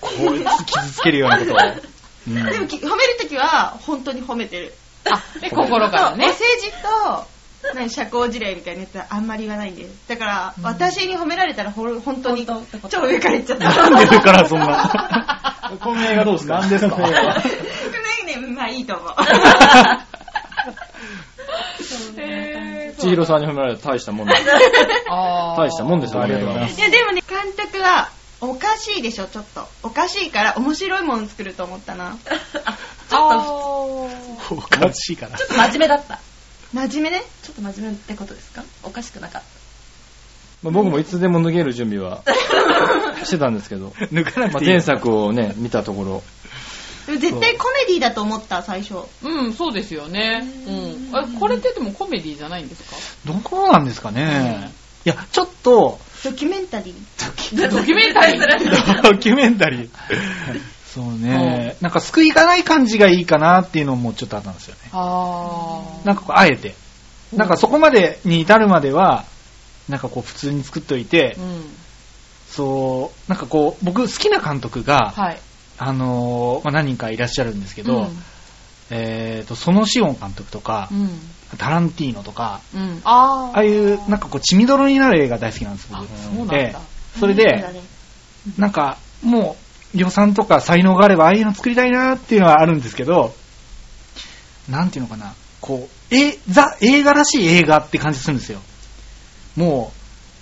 B: こいつ傷つけるようなことを。うん
D: でもき褒める時は本当に褒めてる
A: あ、で、心からね
D: お。世辞と何社交辞令みたいなやつはあんまり言わないんですだから、私に褒められたらほん本当に
F: 本当ってこと
D: 超上から言っちゃった
B: なんでだからそんな。
E: この映画どうですか
B: 何ですか
D: 少ないね、まあいいと思う。
A: へー
E: 千尋さんに褒められたら大したもんです。
A: あー
E: 大したもんですよ、
B: ありがとうございます
D: いや、でもね、監督は、おかしいでしょ、ちょっと。おかしいから、面白いもの作ると思ったな。
A: ちょっ
B: おかしいから。
F: ちょっと真面目だった
D: 真面目ね。
F: ちょっと真面目ってことですかおかしくなかっ
E: まあ僕もいつでも脱げる準備はしてたんですけど、
B: 抜かな
E: ま
B: く
E: あ
B: ていい。
E: 前作をね、見たところ、
D: でも絶対コメディだと思った、最初。
A: と。うん、そうですよね。うん。あこれってでもコメディじゃないんです
B: どこなんですかね。いや、ちょっと、
D: ドキュメンタリー。
A: かドキュメンタリ ー。
B: ドキュメンタリー。そうね。なんか救いがない感じがいいかなっていうのもちょっとあったんですよね。
A: あ ー
B: なんかこう、あえて。なんかそこまでに至るまでは、なんかこう普通に作っといて
A: う、ん。
B: そう、なんかこう、僕好きな監督が、
A: はい。
B: あのーまあ、何人かいらっしゃるんですけど、
A: うん
B: えっと、そのシオン監督とか、
A: うん。
B: タランティーノとか、
A: うん。あー
B: ああいう、なんかこう、血みどろになる映画大好きなんです、僕
A: あ、そうなんだ。
B: ええそれで、なんか、もう、予算とか才能があれば、ああいうの作りたいなっていうのはあるんですけど、なんていうのかな、こう、え、ザ、映画らしい映画って感じするんですよ。もう、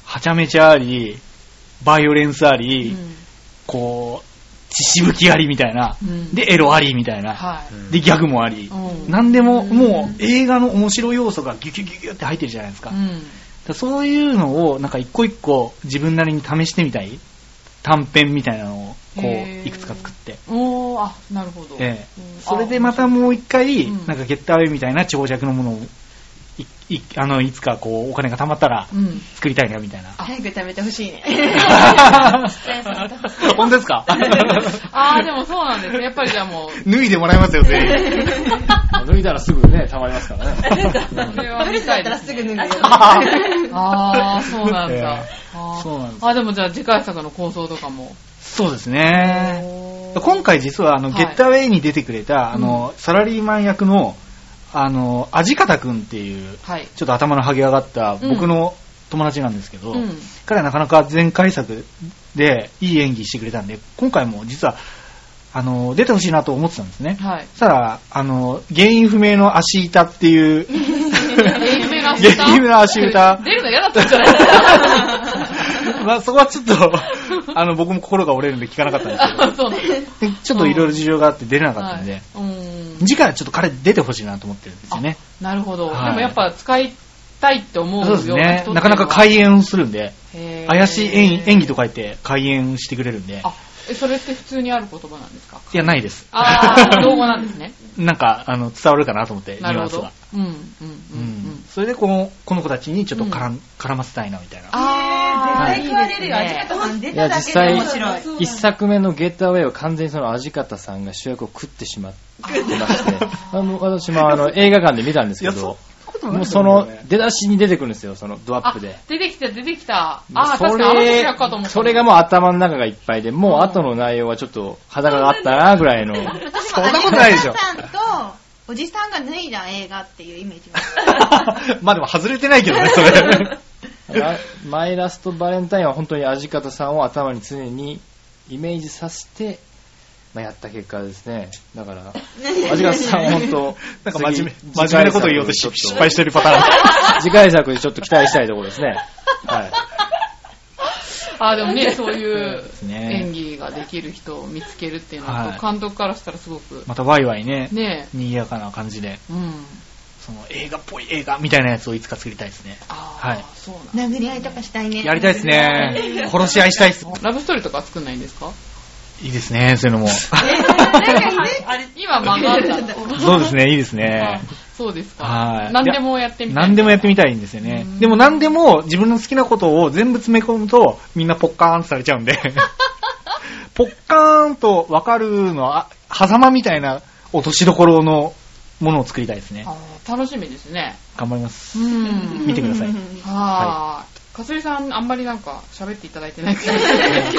B: はちゃめちゃあり、バイオレンスあり、こう、血しぶきありみたいな、
A: うん
B: で、エロありみたいな、
A: はい。
B: で、ギャグもあり、
A: うん
B: なんでも、
A: うん
B: もう、映画の面白い要素がギュギュギュギュって入ってるじゃないですか。
A: うん。
B: だからそういうのを、なんか一個一個自分なりに試してみたい短編みたいなのを、こ
A: へー
B: う、いくつか作って。
A: おー、あ、なるほど。
B: ええ
A: うん
B: それでまたもう一回、
A: うん
B: なんかゲッターウェイみたいな長尺のものを、いいあのいつかこう、お金が貯まったら
A: あ うん。
B: 作りたいなみたいな。
D: 早く食べてほしいね。
B: 本当ですか
A: あー、でもそうなんですね。やっぱりじゃあもう、
B: 脱いでもらいますよ、全員。
E: 脱いだらすぐね、溜まりますからね。
A: それは
D: ドレ
A: 見
D: スだ
A: た
D: っ
A: い
D: た
A: で
D: ら
A: す
D: す
A: ね。
D: ぐ脱ぐよ。
A: あー、そうなんだ。
B: ええ
A: あー
B: そうなんです
A: あ、でもじゃあ次回作の構想とかも。
B: そうですね。
A: おー
B: 今回実はあの、
A: は
B: ゲ
A: い
B: ッターウェイに出てくれた、あの、サラリーマン役の、あの、味方くんっていう、
A: はい。
B: ちょっと頭の剥げ上がった
A: うん
B: 僕の友達なんですけど、
A: うん。
B: 彼はなかなか前回作でいい演技してくれたんで、今回も実は、あの、出てほしいなと思ってたんですね。
A: はい。
B: そしたら、あの、原因不明の足板って いう、
A: ゲームが明日
B: ゲームが明日
A: 出るの嫌だったんじゃないですか
B: まあそこはちょっと、あの、僕も心が折れるんで聞かなかったんですけど。
A: そうなんです
B: でちょっといろいろ事情があって出れなかったんで、
A: はいうん
B: 次回はちょっと彼出てほしいなと思ってるんですよね。
A: なるほど、
B: はい
A: でもやっぱ使いたいって思う
B: そうです
A: ような人
B: ね。なかなか開演をするんで、
A: 演
B: 怪しい演演技と書いて開演してくれるんで、
A: あえそれって普通にある言葉なんですか
B: いや、ないです。
A: ああ、 老後なんですね。
B: なんか、あの、伝わるかなと思って、ニ
A: な
B: ュ
A: る
B: ア
A: ほ
B: ンス
A: ど
B: が。。
A: うん、うん、うん。
B: う
A: うん
B: ん。それでこの、この子たちにちょっと絡,、絡ませたいな、みたいな。
A: あ
D: 絶対
A: ー
D: 食われるよ。
A: いい
D: 味
A: ですね
D: 方さん出
E: いや
D: ただ
E: 実
D: けで
E: 際
D: 面白い。
E: 一作目のゲッターウェイは完全にその味方さんが主役を食ってしまってまして、あの私もあの映画館で見たんです
B: い
E: け
B: や
E: ど、
B: こと
E: もうその出だしに出てくるんですよ、そのドアッ
A: あ
E: プで。、
A: 出てきた、出てきた。
E: も
A: あ
E: う
A: ー、
E: それ
A: 確かにあの主役かと思った。
E: それがもう頭の中がいっぱいで、もう後の内容はちょっと裸があったなぐらいの。
B: そんなことないでしょ
D: お母さんと、おじさんが脱いだ映画っていうイメージが。
B: まあでも外れてないけどね、そ れ。
E: ラマイラストバレンタインは本当に味方さんを頭に常にイメージさせて、まあ、やった結果ですね。だから、味方さんは本当、
B: なんか真面目、真面目なこと言おうとし失敗してるパターン。
E: 次回作にちょっと期待したいところですね。はい。
A: あー、でもね、そういう
B: すね
A: 演技ができる人を見つけるっていうの
B: は
A: は、
B: い
A: 監督からしたらすごく、
B: またワイワイね、
A: ね
B: 賑やかな感じで、
A: え、うん。
B: その映画っぽい映画みたいなやつをいつか作りたいですね。
A: あー、
B: はい
A: そうなん
D: 殴り合いとかしたいね。
B: やりたいですね。殺し合いしたいっす。
A: ラブストーリーとか作んないんですか
B: いいですね、そういうのも。
A: あれ今漫画あっ た の
B: そうですね、いいです
A: あ
B: ね。
A: そうです
B: は
A: か。
B: い
A: 何でもや ってみたい。
B: 何でもやってみたいんですよね。でも何でも自分の好きなことを全部詰め込むとみんなポッカーンとされちゃうん で。ポッカーンとわかるのは、あ狭間みたいな落としどころのものを作りたいですね。
A: あー楽しみですね。
B: 頑張ります。
A: うん。
B: 見てください。
A: はーい。かすりさん、あんまりなんか喋っていただいてないです ね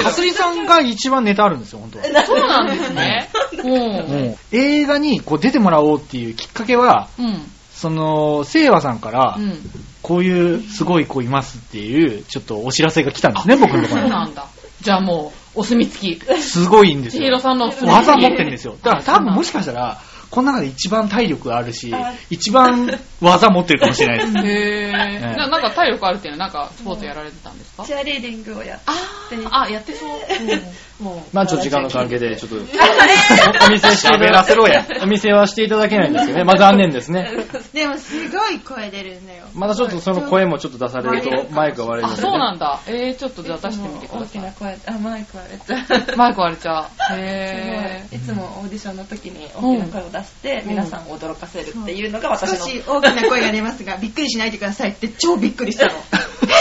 B: かすりさんが一番ネタあるんですよ、本当は。
A: そうなんです ね。う
B: もう映画にこう出てもらおうっていうきっかけは、
A: ん。うん。
B: その、聖和さんから
A: う、ん。
B: こういうすごい子いますっていう、ちょっとお知らせが来たんですね、僕のとこ
A: そうな
B: ろ
A: んだ。じゃあもう、お墨付き。
B: に。すごいんです
A: 千尋
B: よ。
A: さんのお墨付き。
B: 技持ってるんですよ。だから多分もし
A: か
B: かしたら、この中で一番体力があるし、一番技持ってるかもしれない です。
A: へ
B: え
A: ぇー。ななんか体力あるっていうのは、なんかスポーツやられてたんですか
F: チアリーディングをやって
A: あーあ、やってそう。もう。
E: まあちょっと時間の関係で、ちょっと、おお見せして
B: 喋
E: いた
B: らせろや
E: お見せはしていただけないんですけどね。まあ残念ですね。
D: でもすごい声出るんだよ。
E: まだちょっとその声もちょっと出されると、マイクが割れる
A: あ、
E: ので、
A: そう
E: ね。
A: なんだ。えー、ちょっとじゃあ出してみてくだ
F: 大
A: さ
F: き
A: い
F: な。声あマイク割れちゃ う
A: マイク割れちゃう。へ
F: いつもオーディションの時に大きな声を出して皆さんを驚かせるっていうのが私
D: 少
F: の
D: し大きな声が出ますが、びっくりしないでくださいって超びっく りしたの。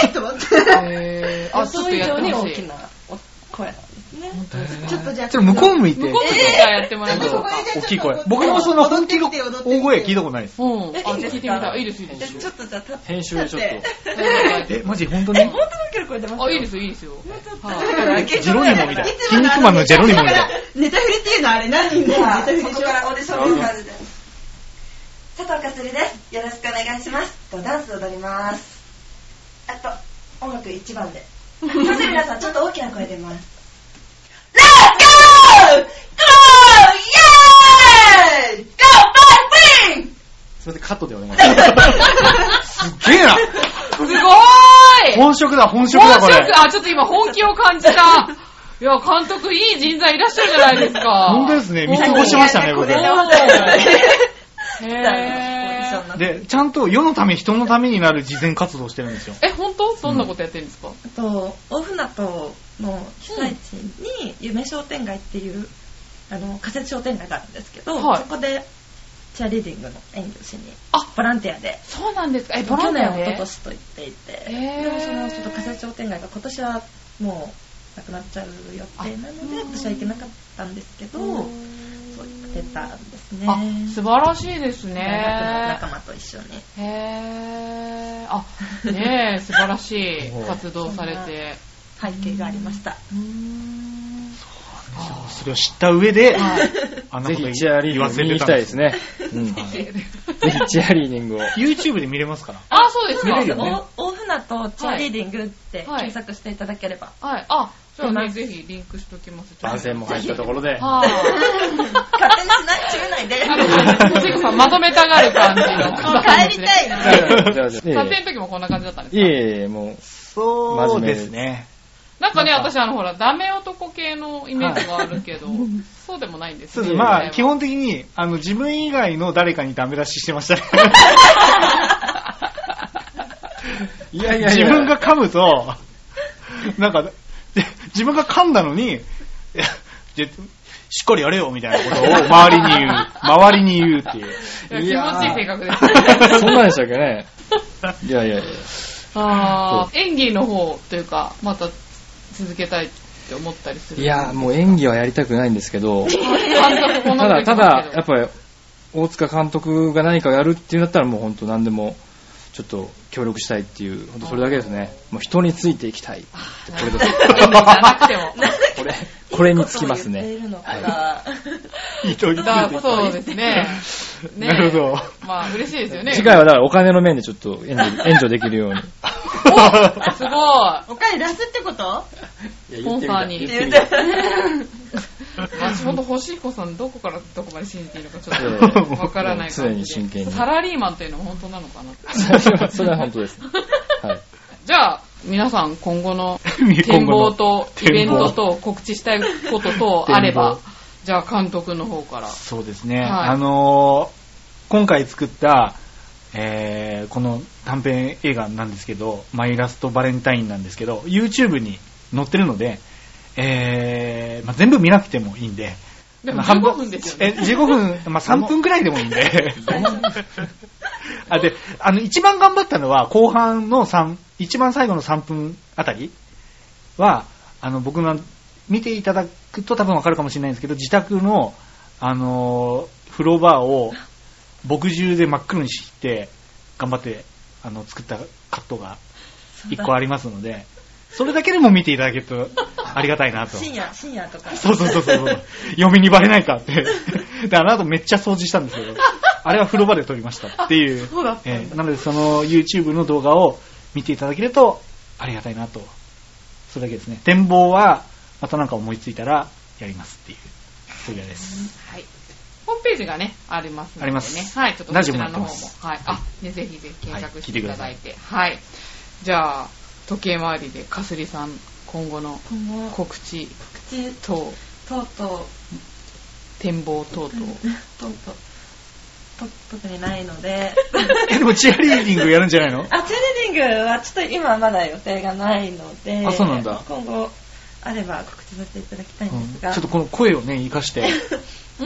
D: えっと思って。
A: ぇー。へー。
F: 予
A: あ、ちょっ
F: 想
A: と
F: 以
A: や
F: 上
A: って
F: に
A: ほ
F: 大
A: しい
F: き。な声なんですね
D: ちょっとじゃあ、
B: ちょっと向こう向いて
A: 向、こうでじゃあやってもらいましょうか。
B: 大きい声。僕もその本気の大声聞いたことないです。
A: うん。
F: え
A: あ、
F: いいんです
A: 聞
F: か
A: いてみたい。いいです、いいで
F: えち
A: す
F: ょ。っとじゃあ立って
E: 編集でちょっと。
A: え
B: え、マジ本当に
F: 本当の大きな声出ますよ
A: あ、いいですよ、いいですよ。はい
B: ジロニモみたい。筋肉マンのジェロニモみたい。
D: ネタ振りっていうのはあれ何人
G: では
D: だネタ振り
G: こ
D: で
G: こ
D: しょ
G: からオーディションです。まず佐藤かすりです。よろしくお願いします。とダンス踊ります。あと、音楽1番で。 そして皆さん、ちょっと大きな声出ます。Let's go! Go! Yeah! Go! Fight! Win!
E: すみません、カットでお願いします。
B: すげえな
A: すごーい
B: 本職だ、本職
A: 本
B: だ、これ。
A: 職、あ、ちょっと今本気を感じた。いや、監督、いい人材いらっしゃるじゃないですか。
B: 本当ですね、見過ごしましたね、僕。
A: へー。
B: で、ちゃんと世のため、人のためになる慈善活動をしてるんですよ。
A: え、本当どんなことやってるんですか、
F: あと大船渡の被災地に夢商店街っていう、あの仮設商店街があるんですけど、
A: はい
F: そこでチアリーディングの演技をしに
A: あ
F: ボランティアで
A: そうなんですか。え、ボ
F: 去
A: ランティ
F: 年
A: ア
F: 一昨
A: で
F: 年と言っていて、
A: へー
F: でもそのちょっと仮設商店街が今年はもうなくなっちゃう予定なので
A: あ
F: 私は行けなかったんですけどそう出たんですね
A: あ、素晴らしいです
F: 大
A: ね
F: 学の。仲間と一緒に
A: へー。 あ、ねえ、素晴らしい活動されて。
F: 背景がありました、
A: うーん。
B: それを知った上で、あんな
E: ぜ
B: こ
E: ひ
B: と
E: チアリーデ
B: 言
E: ィ
B: わ
E: ング
B: せ
E: 見
B: て
E: に行き
B: た
E: た
B: ん
E: い
B: で。
E: ですすね。うんぜひチアリーディ ングを。
B: YouTube で見れますから。
A: あ、そうですか。
B: 見れるよね
F: 大大船渡チアリーディングって検索していただければ、
A: はい。あ、じゃあ
F: 出
A: ね、
F: ます
A: ぜひリンクしときます。
E: 番宣も入ったところで。
A: はい。
F: 勝手にしない閉めないで
A: ちょっとまとめたがる感じの方なんで
D: 帰
A: すね。
D: りたい
E: じゃあじゃあじゃあ
A: 撮影の時もこんな感じだったんです
E: い
A: か
E: えいえいえいえ、もう。
B: そうですね。
A: なんかね、
B: なんか
A: 私あの、ほら、ダメ男系のイメージがあるけど、そうでもないんです
B: そう
A: ね
B: です。まあ、基本的に、あの、自分以外の誰かにダメ出ししてましたね。
E: いやいやい
B: 自
E: や。
B: 分が噛むと、なんか、で自分が噛んだのに、いやでしっかりやれよ、みたいなこ とを周りに言う。周りに言うっていう。
A: いや気持ちいい性格です
E: す。そんなんでしたっけ ね。いやいやいや。
A: あー演技の方というか、また続けたいって思ったりする。
E: いや、もう演技はやりたくないんですけど、
A: 監督
E: た
A: もなんか
E: だ、
A: 言
E: た
A: ってますけ
E: だ
A: ど、
E: やっぱり、大塚監督が何かやるっていうんだったら、もう本当何でも、ちょっと協力したいっていう、本当それだけですね。もう人についていきたい。これだ
A: 演技じゃなくても。
E: と、これ、これにつきますね。は
B: 糸についてい
A: だ
B: く
A: そうですね。ね
B: なるほど。
A: まあ、嬉しいですよ
E: い
A: ね。
E: 次回はだからお金の面でちょっ と援助援助できるように。
A: おすご
D: お金出すってこと
E: いや
A: スポンサーに
E: 言ってみたい
A: い。松本星彦さん、どこからどこまで信じていいのかちょ
E: 言っ
A: って
E: み
A: とわからない
E: 常
A: 感
E: に
A: じ
E: 真剣
A: で。
E: に。
A: サラリーマンっていうのも本当なのかな
E: それは本当 です。はい。
A: じゃあ、皆さん今後の 展
B: 今後
A: 望
B: の
A: とイベントと告知したいこととあれば、じゃあ監督の方から。
B: そうですね。
A: はい
B: あのー今回作った、えーこの短編映画なんですけど、マイラストバレンタインなんですけど、YouTube に載ってるので、えーまあ、全部見なくてもいいんで、
A: でも
B: まあ半
A: 15分ですよね。
B: え、15分、まあ、3分くらいでもいいん で。あ、で、あの、一番頑張ったのは、後半の3、一番最後の3分あたりは、あの、僕が見ていただくと多分わかるかもしれないんですけど、自宅の、あのー風呂場を、墨汁で真っ黒にして、頑張って、あの、作ったカットが1個ありますので、それだけでも見ていただけるとありがたい なと。
F: 深夜深夜とか
B: そうそうそうそう。嫁にバレないか って。で、あの後めっちゃ掃除したんですけど、あれは風呂場で撮りましたっていう。
A: そうだった
B: えーなので、その YouTube の動画を見ていただけるとありがたいなと。それだけですね。展望は、またなんか思いついたらやりますっていう。そういうです。
A: はい。ホームページがね、ありますので、ね。
B: あります
A: はい、ちょっとこち
B: ラ
A: ら
B: ジオ
A: の
B: もやってま
A: 方も。
B: す
A: はい。あ、ね、ぜひぜひ検索
B: はい
A: し
B: 聞い
A: て
B: て
A: い
B: く
A: た
B: ださ
A: だい
B: い
A: て。はい。じゃあ、時計回りで、かすりさん、今後の
F: 今後
A: 告知
F: 口
A: と
F: とうと
A: 展望等々。
F: うとうとうと特にないので
B: え、でもチアリーディングやるんじゃないの
F: あチェルディングはちょっと今まだ予定がないので
B: あそうなんだ
F: 今後あれば告知させていただきたい
B: うんん
F: です
B: ちょ
F: が、
B: っとこの声をね、活か して。
A: う。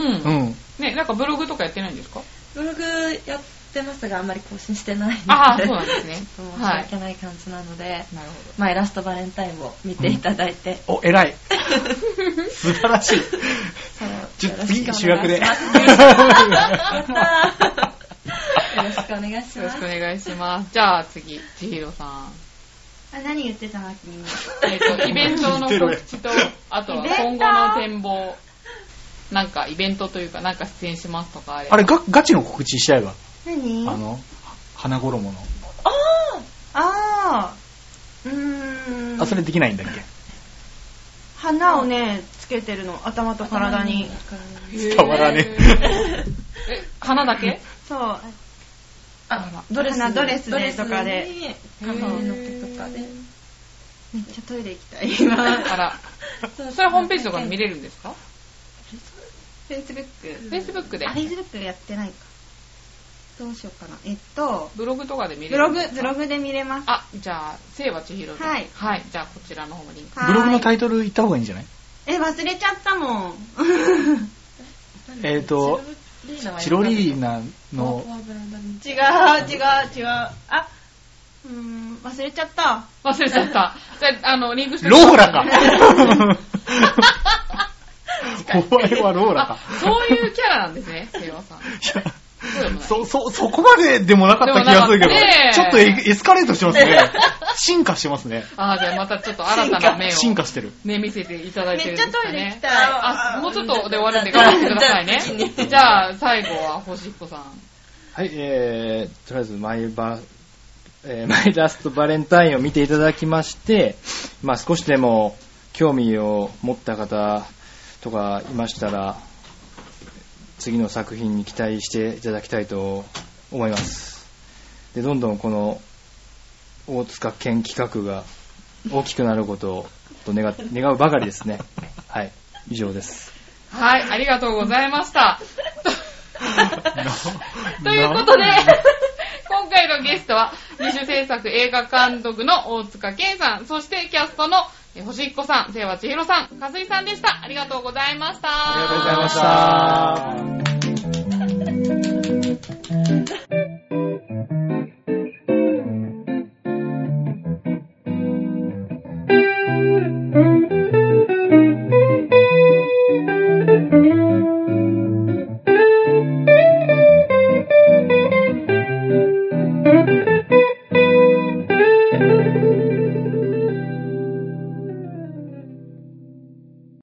B: うんん。
A: ね、なんかブログとかやってないんですか
F: ブログやってますがあんまり更新してないので。
A: あ あ、そうなんですね
F: ちょっと 申し
A: はい。
F: 訳ない感じなので、
A: なるほ
F: まあ、イラストバレンタインを見ていただいて、
B: お、偉 い。素晴らしい。
F: そう
B: ちょ
F: よろし
B: 次、
F: くお願い
B: 主役で
F: しま。すよろしくお願いし
A: ど。よろ
F: ま
A: し
F: す
A: くお願いします。じゃあ次、千尋さん。
D: あ何言ってたの君。
A: えっ、と、イベントの告知と、あとは今後の展望。なんかイベントというか、なんか出演しますとかあれば
B: あれ、ガガチの告知したいわ。
D: 何
B: あの、花衣の。
D: あー。うーん。
B: あ、それできないんだっけ
D: 花をね、つけてるの。頭と体に。
B: 伝わらね
A: へーえ、花だけ
D: そう。
A: あ
F: ドレ
D: 花
F: ス
D: ドレスで
F: ドレス
D: とかで
F: に
A: ら。
F: 花を乗ってとかで
D: めっちゃトイレ行きたい。今。
A: あら。それはホームページとかで見れるんですか
D: Facebook。
A: ?Facebook で
D: あ、。Facebook やってないか。どうしようかな。えっと、
A: ブログとかで見れ
D: ブ
A: る
D: ロ
A: ん
D: グ
A: です、か
D: ブログで見れます。
A: あ、じゃあ、聖は千尋で。
D: はい
A: はい。じゃあ、こちらの方もリンク。
D: はーい
B: ブログのタイトル言った方がいいんじゃない
D: え、忘れちゃったもん。
B: えっ、と、チロリーナの、
D: 違う違う違うあうーん忘れちゃった
A: 忘れちゃった。じゃあ、あの、リンクして
B: ローラかお前はローラ
A: あ
B: か。、
A: そういうキャラなんですね、聖和さん。そうでもない。
B: そ、そ、そこまででもなかった気がするけど、
A: でもなかったね
B: ちょっとエエスカレートしてますね。進化してますね。
A: あーじゃあまたちょっと新たな面を
B: 進化してる。
A: ね、見せていただいてるんです
D: めっちゃトイ
A: かね。
D: レ行きたい
A: あ、あもうちょっとで終わるんで頑張ってくださいね。じゃあ、最後は星彦さん。
E: はい、えー、とりあえずマイバ、えー マイラストバレンタインを見ていただきまして、まあ少しでも興味を持った方とかいましたら、次の作品に期待していただきたいと思います。で、どんどんこの大塚健企画が大きくなることをと願っ願うばかりですね。はい。以上です。
A: はい、ありがとうございま した。ということで、今回のゲストは、二種制作映画監督の大塚健さん、そしてキャストのえ星彦さん、清和千尋さん、かすいさんでした。ありがとうございました。ありがとうございました。
E: さあ。